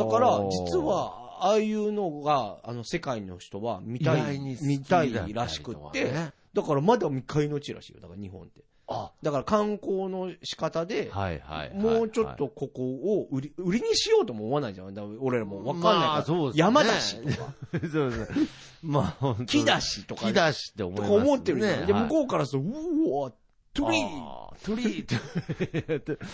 Speaker 2: だ
Speaker 1: から、実、は、ああいうのが、あの、世界の人は見
Speaker 2: 意
Speaker 1: た
Speaker 2: 外
Speaker 1: い、
Speaker 2: に
Speaker 1: 見たいらしくって、だからまだ未開の地らしいよ。だから日本って。
Speaker 2: あ、
Speaker 1: だから観光の仕方で、
Speaker 2: はいはい。
Speaker 1: もうちょっとここを売り売りにしようとも思わないじゃん。だから俺らもわかんないから、
Speaker 2: まあそうですね
Speaker 1: 山だしとか、
Speaker 2: はい。そうですね。まあ、本当に
Speaker 1: 木だしとか、
Speaker 2: [laughs] 木だしって思い
Speaker 1: と
Speaker 2: ま
Speaker 1: か
Speaker 2: すね。
Speaker 1: 思ってるじゃん。で、
Speaker 2: はい
Speaker 1: 向こうからすると、うおー、トゥリー
Speaker 2: あートリーって。 [laughs]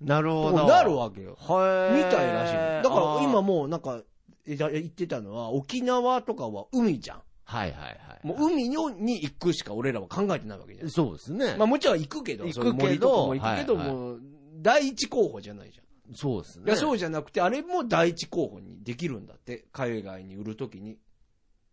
Speaker 2: なるほ
Speaker 1: と
Speaker 2: ど。
Speaker 1: なるわけよ。
Speaker 2: は
Speaker 1: みたいらしいの。だから今
Speaker 2: も。
Speaker 1: もうなんか、えだ言ってたのは、沖縄とかは海じゃん。
Speaker 2: はいはいはい。
Speaker 1: もう海のに行くしか俺らは考えてないわけじゃん。
Speaker 2: そうですね。
Speaker 1: まあもちろん行くけど、
Speaker 2: 行く
Speaker 1: その森とかも
Speaker 2: けど
Speaker 1: 行くけど、
Speaker 2: はいはい
Speaker 1: もう、第一候補じゃないじゃん。
Speaker 2: そうです
Speaker 1: い
Speaker 2: ね。
Speaker 1: や、そうじゃなくて、あれも第一候補にできるんだって。海外に売るときに。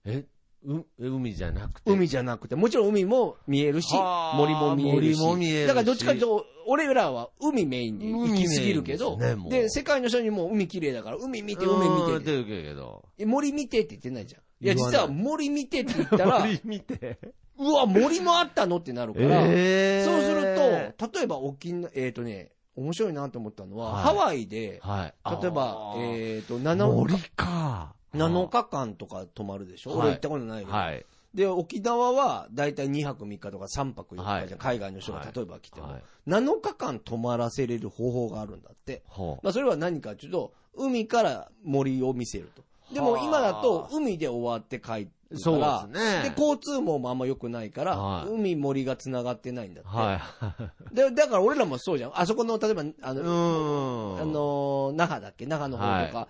Speaker 2: え、う、海じゃなくて。
Speaker 1: 海じゃなくて、もちろん海も見えるし
Speaker 2: は、あ
Speaker 1: 森も見えるし。
Speaker 2: 森も見えるし
Speaker 1: だからどっちかというと、俺らは海メインで行き過ぎるけど、
Speaker 2: 海メインですねもう
Speaker 1: で、世界の人にも海綺麗だから、海見て、
Speaker 2: う
Speaker 1: 海
Speaker 2: ーん
Speaker 1: 見
Speaker 2: って
Speaker 1: て、
Speaker 2: 言うけど。
Speaker 1: え森見てって言ってないじゃん。いや、
Speaker 2: 言わ
Speaker 1: 実
Speaker 2: ない
Speaker 1: は森見てって言ったら、
Speaker 2: 森見て。
Speaker 1: うわ、森もあったのってなるから、
Speaker 2: え
Speaker 1: そうする
Speaker 2: と、
Speaker 1: と、例えば沖縄、えっ、とね、面白いなと思ったのは、
Speaker 2: はい
Speaker 1: ハワイで、
Speaker 2: はい。
Speaker 1: 例えば、
Speaker 2: あー
Speaker 1: えっ、と、7
Speaker 2: 森
Speaker 1: 日、
Speaker 2: か。
Speaker 1: 7日間とか泊まるでしょ、
Speaker 2: はい
Speaker 1: 俺行ったことないけど、
Speaker 2: はい。
Speaker 1: で、沖縄はだいたい2泊3日とか3泊4日じゃん、
Speaker 2: はい
Speaker 1: 海外の人が
Speaker 2: はい
Speaker 1: 例えば来ても、
Speaker 2: はい
Speaker 1: 7日間泊まらせれる方法があるんだって。
Speaker 2: ほう。
Speaker 1: まあ、それは何かというと、海から森を見せると。でも
Speaker 2: はあ
Speaker 1: 今だと海で終わって帰るか
Speaker 2: そうで
Speaker 1: ら
Speaker 2: す、ね。
Speaker 1: で交通網もあんま良くないから、
Speaker 2: はい
Speaker 1: 海森が繋がってないんだって、
Speaker 2: はい。
Speaker 1: で。だから俺らもそうじゃん。あそこの、例えば、あ
Speaker 2: う
Speaker 1: の、
Speaker 2: ーん。
Speaker 1: あのー那覇だっけ那覇の方とか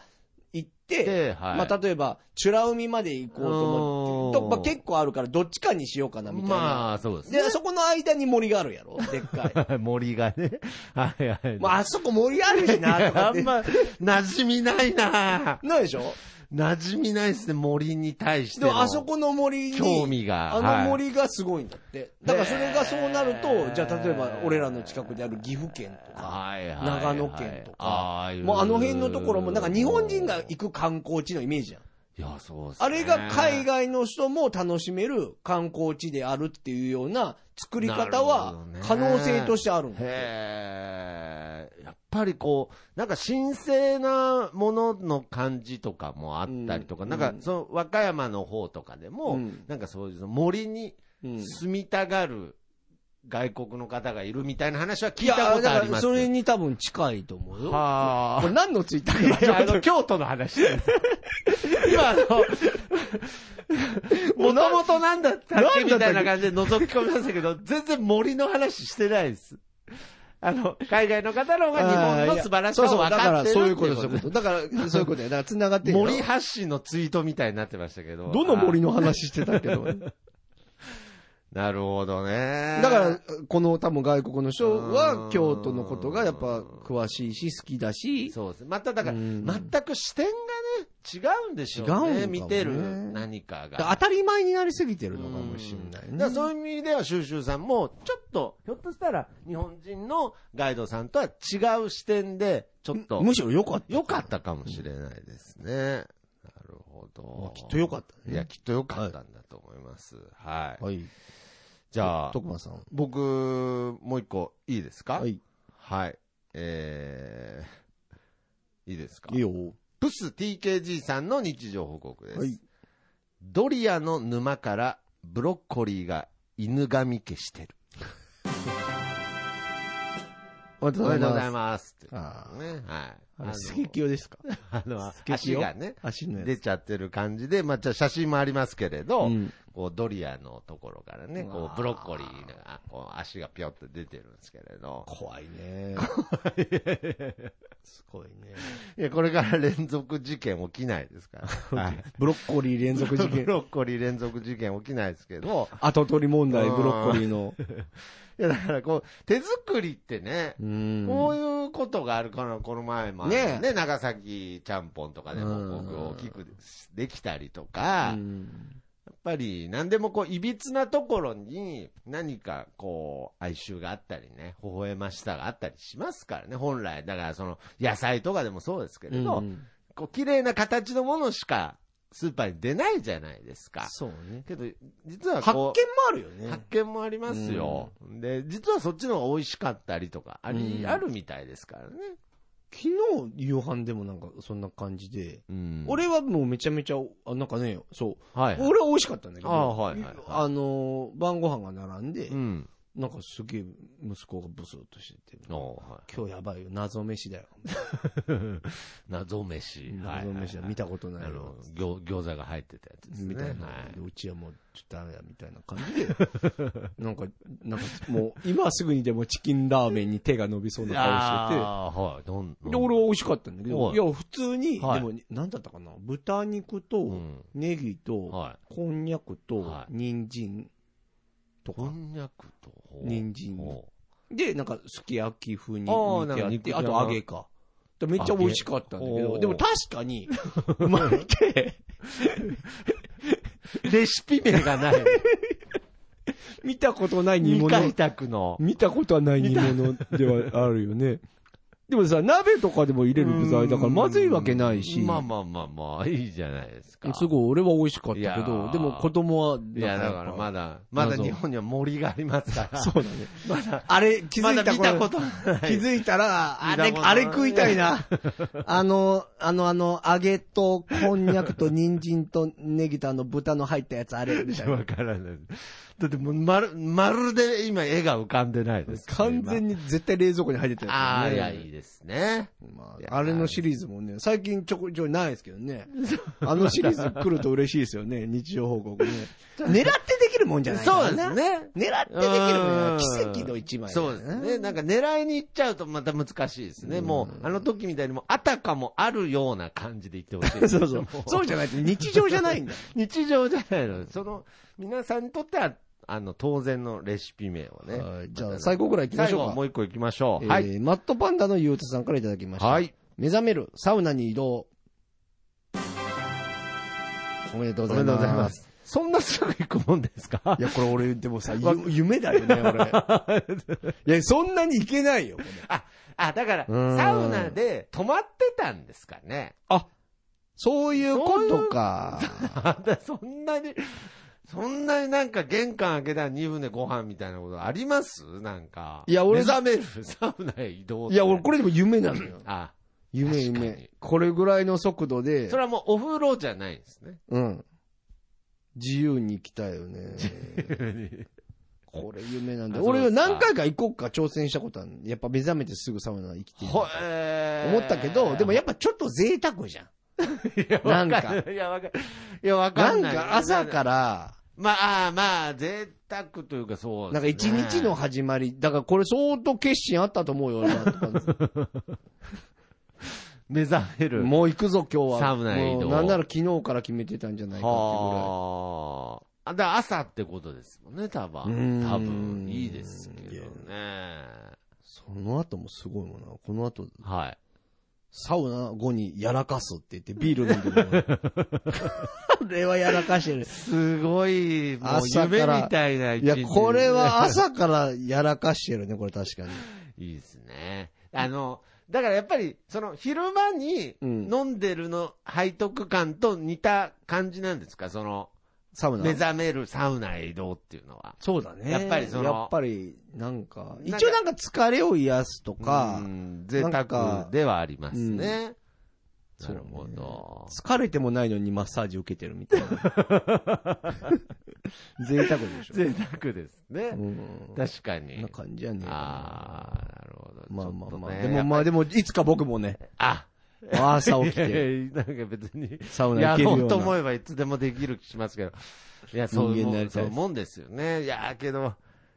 Speaker 1: 行って、
Speaker 2: で、はい。
Speaker 1: まあ、例えば、美ら海まで行こうと思って、
Speaker 2: う
Speaker 1: と
Speaker 2: ん
Speaker 1: まあ、結構あるから、どっちかにしようかな、みたいな。
Speaker 2: まあ、そうです
Speaker 1: で、そこの間に森があるや
Speaker 2: [laughs]
Speaker 1: ろでっかい。
Speaker 2: ね。森がね。はいはい。
Speaker 1: まあ、あそこ森あるしな、とか
Speaker 2: [laughs] あ
Speaker 1: っ
Speaker 2: ん
Speaker 1: て。
Speaker 2: ま、馴染みないな
Speaker 1: ないでしょ
Speaker 2: 馴染みないですね、森に対して
Speaker 1: で
Speaker 2: の。
Speaker 1: も、あそこの森に、
Speaker 2: 興味が。
Speaker 1: あ
Speaker 2: はい
Speaker 1: の森がすごいんだって。だから、それがそうなると、じゃあ、例えば、俺らの近くである岐阜県とか、
Speaker 2: はいはいはい
Speaker 1: 長野県とか
Speaker 2: あ、ー
Speaker 1: もうあの辺のところも、なんか日本人が行く観光地のイメージじゃん。
Speaker 2: いや、そうっすね
Speaker 1: あれが海外の人も楽しめる観光地であるっていうような作り方は
Speaker 2: なるほ
Speaker 1: 可
Speaker 2: どね
Speaker 1: 能性としてあるんだって
Speaker 2: へえ。やっぱりこう、なんか神聖なものの感じとかもあったりとか、
Speaker 1: うん
Speaker 2: なんかその和歌山の方とかでも、
Speaker 1: うん
Speaker 2: なんかそういう森に
Speaker 1: うん
Speaker 2: 住みたがる外国の方がいるみたいな話は聞
Speaker 1: い
Speaker 2: いた
Speaker 1: や、
Speaker 2: こ
Speaker 1: だ
Speaker 2: とあ
Speaker 1: か
Speaker 2: りま
Speaker 1: ら
Speaker 2: す。
Speaker 1: それに多分近いと思うよ。
Speaker 2: はあ
Speaker 1: これ何のツイッター
Speaker 2: いや
Speaker 1: か
Speaker 2: あの、京都の話です。今、
Speaker 1: [laughs]
Speaker 2: あの、もともとなんだったっけみたいな感じで覗き込みましたけど、全然森の話してないです。あの、海外の方の方が日本の素晴らしさ
Speaker 1: そう
Speaker 2: を
Speaker 1: そう、
Speaker 2: 分
Speaker 1: だか
Speaker 2: かっ
Speaker 1: ら
Speaker 2: てる
Speaker 1: そう
Speaker 2: っ
Speaker 1: いう
Speaker 2: て
Speaker 1: こと、そういうこと。だから、そういうことや。だから繋がってるよ
Speaker 2: 森発信のツイートみたいになってましたけど。
Speaker 1: どの森
Speaker 2: あ
Speaker 1: の話して
Speaker 2: [laughs]
Speaker 1: たけど。だ
Speaker 2: なるほどね。
Speaker 1: から、、この多分外国の人は京都のことがやっぱ詳しいし、好きだし、
Speaker 2: そうです。まただから、
Speaker 1: うん
Speaker 2: 全く視点がね、違うんでしょうね。
Speaker 1: 違うんかもね
Speaker 2: 見てる何かが。
Speaker 1: 当たり前になりすぎてるのかもしれない
Speaker 2: うん
Speaker 1: ね。
Speaker 2: だからそういう意味では、シュウシュウさんも、ちょっと、ひょっとしたら、日本人のガイドさんとは違う視点で、ちょっと
Speaker 1: む、しろ良かった。
Speaker 2: 良かったかもしれないですね。なるほ
Speaker 1: まあ
Speaker 2: ど。
Speaker 1: きっと良かったね
Speaker 2: いや、きっと良かったんだと思います。はい。
Speaker 1: はい。
Speaker 2: じゃあ、
Speaker 1: 徳間さん。
Speaker 2: 僕、もう一個、いいですか
Speaker 1: はい。
Speaker 2: はい。えー、いいですか
Speaker 1: いいよ。
Speaker 2: プス TKG さんの日常報告です。
Speaker 1: はい
Speaker 2: ドリアの沼からブロッコリーが犬神消してる。
Speaker 1: おめで
Speaker 2: お
Speaker 1: とう
Speaker 2: め
Speaker 1: ご
Speaker 2: でとうご
Speaker 1: ざ
Speaker 2: ざ
Speaker 1: い
Speaker 2: い
Speaker 1: ま
Speaker 2: ます。って
Speaker 1: す。あ
Speaker 2: ね、はい。
Speaker 1: あ。あ
Speaker 2: の
Speaker 1: れ、スケキヨですか
Speaker 2: あの
Speaker 1: ス、ケキ
Speaker 2: 足
Speaker 1: ヨ
Speaker 2: がね、
Speaker 1: 足のやつ。
Speaker 2: 出ちゃってる感じで、まあ、じゃあ写真もありますけれど、
Speaker 1: うん
Speaker 2: こうドリアのところからね、
Speaker 1: う
Speaker 2: こ
Speaker 1: わー
Speaker 2: うブロッコリーが、こう足がぴょっと出てるんですけれど。
Speaker 1: 怖いね。 [laughs] すごいね。
Speaker 2: いや、これから連続事件起きないで
Speaker 1: [laughs]
Speaker 2: すから。はい。
Speaker 1: ブロッコリー連続事
Speaker 2: [laughs] ブ
Speaker 1: 件。
Speaker 2: ロッコリー連続事件起きないですけど、
Speaker 1: 後取り問題、
Speaker 2: あー
Speaker 1: ブロッコリーの。
Speaker 2: [laughs] いや、だからこう、手作りってね、
Speaker 1: うん
Speaker 2: こういうことがあるから、この前もある
Speaker 1: ねえ
Speaker 2: ね、長崎ちゃんぽんとかでも、
Speaker 1: うん
Speaker 2: 僕大きくできたりとか、
Speaker 1: う
Speaker 2: や
Speaker 1: ん
Speaker 2: っぱり、何でもこう、いびつなところに、何かこう、哀愁があったりね、微笑ましさがあったりしますからね、本来。だから、その、野菜とかでもそうですけれど、
Speaker 1: うん
Speaker 2: こう、綺麗な形のものしか、スーパーに出ないじゃないですか。
Speaker 1: そうね。
Speaker 2: けど、実は
Speaker 1: 発見
Speaker 2: こ
Speaker 1: も
Speaker 2: う、
Speaker 1: あるよね
Speaker 2: 発。見もありますよ、で、実はそっちの方が美味しかったりとか、あり、
Speaker 1: うん
Speaker 2: あるみたいですからね。
Speaker 1: 昨日、夕飯でもなんかそんな感じで。
Speaker 2: うん
Speaker 1: 俺はもうめちゃめちゃ、あなんかね、そう。
Speaker 2: はいはい。
Speaker 1: 俺は美味しかったんだけど。
Speaker 2: あはいはいはい
Speaker 1: あのー、晩ご飯が並んで、
Speaker 2: うん。
Speaker 1: なんかすげえ息子がブスッとしてて。
Speaker 2: おはい。
Speaker 1: 今日やばいよ、謎飯だよ。
Speaker 2: 謎飯。
Speaker 1: 謎飯だ、見たことない
Speaker 2: あ
Speaker 1: よ
Speaker 2: の。、餃餃子が入ってたやつですね。
Speaker 1: みたいな、
Speaker 2: は
Speaker 1: でうちはもうちょっとダメだみたいな感じで、 [laughs] なんか、なんかもう今すぐにでもチキンラーメンに手が伸びそう
Speaker 2: い。
Speaker 1: な顔してて、
Speaker 2: あーはい。どん、
Speaker 1: で、俺は美味しかったんだけど、
Speaker 2: はい
Speaker 1: いや、普通に、
Speaker 2: はい
Speaker 1: でも、なんだったかな、豚肉
Speaker 2: う
Speaker 1: と、
Speaker 2: ん。
Speaker 1: ネギと、
Speaker 2: は
Speaker 1: こんにゃくと
Speaker 2: は、い
Speaker 1: 人参と
Speaker 2: い。こ
Speaker 1: か、
Speaker 2: んにゃくと、ほう
Speaker 1: 人参
Speaker 2: ほ
Speaker 1: で、なんか、すき焼き風に
Speaker 2: あー
Speaker 1: 煮てあって、あ
Speaker 2: なん
Speaker 1: と
Speaker 2: か肉じゃ
Speaker 1: 揚
Speaker 2: が
Speaker 1: げか。でめっちゃ美味しかったんだけ
Speaker 2: 揚げお
Speaker 1: ど、
Speaker 2: ー
Speaker 1: でも確かに、 [laughs] うまいて、
Speaker 2: うレシピ名がない。
Speaker 1: 見たことない [laughs] 煮
Speaker 2: 未
Speaker 1: 物。
Speaker 2: 開拓の。
Speaker 1: 見たことはない煮物ではあるよね。 [laughs] でもさ、鍋とかでも入れる具材だから、まずいわけないし、
Speaker 2: まあまあまあまあ、いいじゃないですか。
Speaker 1: すごい俺は美味しかっ
Speaker 2: い
Speaker 1: た
Speaker 2: や
Speaker 1: けど、
Speaker 2: ー
Speaker 1: でも子供は、
Speaker 2: いや、だからまだ、まだ
Speaker 1: 謎
Speaker 2: 日本には森がありますから。
Speaker 1: そうだね。あれ、気
Speaker 2: ま
Speaker 1: づ
Speaker 2: だ
Speaker 1: いた
Speaker 2: 見たこ
Speaker 1: こと
Speaker 2: ない。
Speaker 1: [laughs] 気づいたら、あれ
Speaker 2: 見、たこと
Speaker 1: あれ食いたいな。 [laughs] あの、あの、あの、揚げと、こんにゃくと、人参と、ネギと、あの、豚の入ったやつ、あれ、 [laughs] みたいな
Speaker 2: わ。からない。だってもう、まる、まるで今絵が浮かんでないです。
Speaker 1: 完全に絶対冷蔵庫に入ってた
Speaker 2: 今
Speaker 1: やつ、ね。
Speaker 2: ああ、いや、いいですね。
Speaker 1: ま
Speaker 2: いや
Speaker 1: あ、あれのシリーズもね、最近ちょこちょいないですけど [laughs] ね。あのシリーズ来ると嬉しいですよね、 [laughs] 日常報告ね。狙ってできるもんじゃないか
Speaker 2: そ
Speaker 1: ら
Speaker 2: うです
Speaker 1: な。
Speaker 2: ね。
Speaker 1: 狙ってできるもんじゃな
Speaker 2: う
Speaker 1: い。
Speaker 2: ん
Speaker 1: 奇跡の一枚だ
Speaker 2: そ
Speaker 1: よな
Speaker 2: うですね。なんか狙いに行っちゃうとまた難しいですね。
Speaker 1: うん
Speaker 2: もう、あの時みたいにもう、あたかもあるような感じで行ってほしいで
Speaker 1: [laughs]
Speaker 2: す
Speaker 1: そ
Speaker 2: ね。
Speaker 1: うそう
Speaker 2: も。
Speaker 1: そうじゃないと日常じゃないんだ。
Speaker 2: 日常じゃないの。その、皆さんにとっては、あの、当然のレシピ名をね。
Speaker 1: はいじゃあ、最後ぐらい行きま
Speaker 2: 最
Speaker 1: しょ
Speaker 2: 後、
Speaker 1: う
Speaker 2: も
Speaker 1: か。
Speaker 2: う一個行きましょ
Speaker 1: え
Speaker 2: う。
Speaker 1: ー
Speaker 2: はい。
Speaker 1: マットパンダのゆうたさんからいただきました。
Speaker 2: はい。
Speaker 1: 目覚める、サウナに移動。おめでとう
Speaker 2: お
Speaker 1: ご
Speaker 2: め
Speaker 1: ざい
Speaker 2: でと
Speaker 1: ます。
Speaker 2: うございます。そんなすぐ行くもんですか
Speaker 1: いや、これ俺、でもさ、
Speaker 2: [laughs]
Speaker 1: ゆ夢だよね、俺。いや、そんなにいけないよ、これ
Speaker 2: あ、だから、
Speaker 1: うん
Speaker 2: サウナで泊まってたんですかね。
Speaker 1: そういうことか。
Speaker 2: あんた [laughs] そんなに、そんなになんか玄関開けたら2分でご飯みたいなことありますなんか。
Speaker 1: いや俺
Speaker 2: 目覚める [laughs] サウナへ移動。
Speaker 1: いや、俺、これでも夢なのよ。
Speaker 2: あ、
Speaker 1: 夢
Speaker 2: 確か
Speaker 1: 夢
Speaker 2: に。
Speaker 1: これぐらいの速度で
Speaker 2: そ、れはもうお風呂じゃないんです
Speaker 1: [laughs]
Speaker 2: ね。
Speaker 1: うん。自由に行きたいよ
Speaker 2: [laughs]
Speaker 1: ね。これ夢なんだ。
Speaker 2: あそう
Speaker 1: 俺
Speaker 2: です
Speaker 1: は
Speaker 2: か
Speaker 1: 何回か行こうか挑戦したことある。やっぱ目覚めてすぐサウナ行きて。
Speaker 2: ほえー
Speaker 1: 思ったけど、でもやっぱちょっと贅沢じゃん。
Speaker 2: いやわ
Speaker 1: な
Speaker 2: か
Speaker 1: ん
Speaker 2: るいや、わかる。いや、わか
Speaker 1: なんん
Speaker 2: ない。
Speaker 1: か朝から、
Speaker 2: まあ、あーまあ、贅沢というかそう
Speaker 1: な
Speaker 2: で
Speaker 1: ん
Speaker 2: す
Speaker 1: か
Speaker 2: ね
Speaker 1: 一日の始まり、だからこれ相当決心あったと思うよ、俺はと
Speaker 2: [laughs]
Speaker 1: か
Speaker 2: 目覚める。
Speaker 1: もう行くぞ、今日は。
Speaker 2: サウナへ移動
Speaker 1: もうなんなら昨日から決めてたんじゃないかってぐらい。
Speaker 2: はあ。だから朝ってことですもんね、多
Speaker 1: うー
Speaker 2: 分。
Speaker 1: ん
Speaker 2: 多分、いいですけどね。
Speaker 1: その後もすごいもんな。この後、
Speaker 2: はい。
Speaker 1: サウナ後にやらかすって言ってビール飲んでるもん。こ
Speaker 2: [laughs]
Speaker 1: れはやらかしてる。
Speaker 2: すごい、もう
Speaker 1: 朝か
Speaker 2: 夢
Speaker 1: ら
Speaker 2: みたいな一
Speaker 1: い
Speaker 2: 日
Speaker 1: や、これは朝からやらかしてるね、これ確かに。
Speaker 2: [laughs] いいですね。あの、だからやっぱり、その、昼間に
Speaker 1: うん
Speaker 2: 飲んでるの背徳感と似た感じなんですかその、
Speaker 1: サウナ
Speaker 2: 目。覚めるサウナへ移動っていうのは。
Speaker 1: そうだね。
Speaker 2: やっぱりその
Speaker 1: やっぱり、なんか、
Speaker 2: なんか
Speaker 1: 一応なんか疲れを癒すとか
Speaker 2: う、ん贅
Speaker 1: なんか
Speaker 2: 沢ではありますね。
Speaker 1: うん
Speaker 2: なるほど。
Speaker 1: 疲れてもないのにマッサージ受けてるみたい
Speaker 2: [laughs]
Speaker 1: な。贅沢でしょ。
Speaker 2: 贅沢ですね
Speaker 1: う。ん。
Speaker 2: [laughs] 確か
Speaker 1: こん
Speaker 2: に
Speaker 1: な。感じやね。
Speaker 2: ああ、なるほど。
Speaker 1: まあまあまあ。
Speaker 2: ちょっとね
Speaker 1: でもまあでも、いつか僕もね、
Speaker 2: あ、
Speaker 1: 朝起きて、
Speaker 2: [laughs] いやいやなんか別に、
Speaker 1: サウナ行
Speaker 2: や
Speaker 1: ける
Speaker 2: ろ
Speaker 1: よ
Speaker 2: う
Speaker 1: う
Speaker 2: と
Speaker 1: な。
Speaker 2: 思えばいつでもできる気しますけど。いや、そういう
Speaker 1: 人間
Speaker 2: も
Speaker 1: になり
Speaker 2: ん、
Speaker 1: たい
Speaker 2: そういうもんですよね。いやー、けど、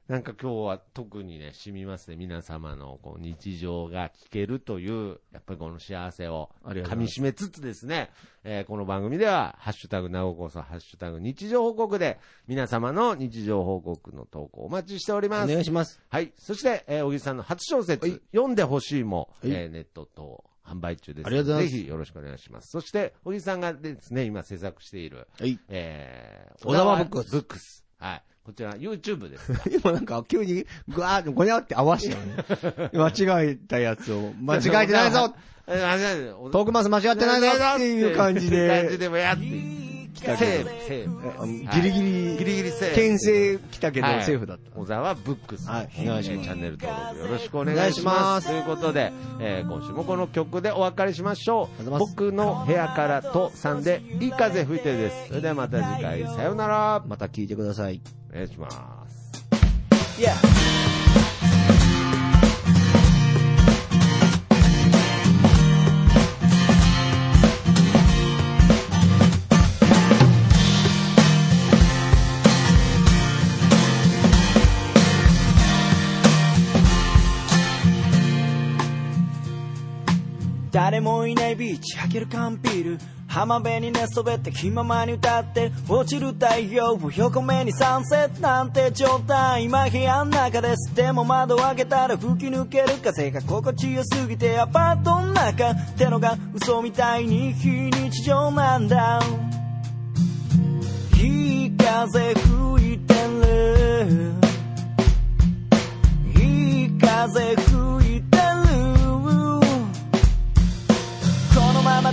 Speaker 2: なんか今日は特にね、染みますね。皆様のこう日常が聞けるという、やっぱりこの幸せを
Speaker 1: ありがと
Speaker 2: 噛
Speaker 1: うござい
Speaker 2: み
Speaker 1: ます
Speaker 2: 締めつつですね、えーこの番組では、ハッシュタグ、名古こそ、ハッシュタグ、日常報告で、皆様の日常報告の投稿お待ちしておりま
Speaker 1: お
Speaker 2: す。
Speaker 1: 願いします。
Speaker 2: はい。そして、えー、小木さんの初小
Speaker 1: は
Speaker 2: 説
Speaker 1: い、
Speaker 2: 読んでほしいも、
Speaker 1: はい
Speaker 2: えーネット等販売中です。
Speaker 1: ありがとうございます
Speaker 2: ぜひよろしくお願いします。そして、小木さんがですね、今制作している、
Speaker 1: はい。
Speaker 2: えー、
Speaker 1: 小沢ブックス
Speaker 2: ブックス。はい。こちら、YouTube です。
Speaker 1: 今なんか急に、ぐわーって、ごにゃって合わせたよね。
Speaker 2: [laughs]
Speaker 1: 間違えたやつを、 [laughs] 間違えてないぞ
Speaker 2: えー [laughs] 間違え
Speaker 1: [laughs]
Speaker 2: てない
Speaker 1: トークマス間違ってないぞっていう感
Speaker 2: [laughs]
Speaker 1: じ
Speaker 2: 感じ
Speaker 1: で、
Speaker 2: でもやって。
Speaker 1: たけ
Speaker 2: セー
Speaker 1: ど
Speaker 2: フ、セーフ。
Speaker 1: あの
Speaker 2: はい
Speaker 1: ギリギリ、
Speaker 2: ギリギリセーフ
Speaker 1: 牽制来たけど
Speaker 2: はい
Speaker 1: セーフだった。
Speaker 2: 小沢ブックス。
Speaker 1: はいお願いします
Speaker 2: えーチャンネル登録よろしくお願いします。ということで、えー今週もこの曲でお別れしましょ
Speaker 1: あり
Speaker 2: う。
Speaker 1: がとうございます
Speaker 2: 僕の部屋からとさんで、いい風吹いてるです。それではまた次回、さようなら。
Speaker 1: また聞いてください。
Speaker 2: お願いします。
Speaker 3: Yeah.「誰もいないビーチ開ける缶ビール」「浜辺に寝そべって気ままに歌って」「落ちる太陽を横目にサンセットなんて状態」「今部屋の中です」「でも窓を開けたら吹き抜ける風が心地よすぎて」「アパートの中ってのが嘘みたいに非日常なんだ」「いい風吹いてる」「いい風吹いてる」このまま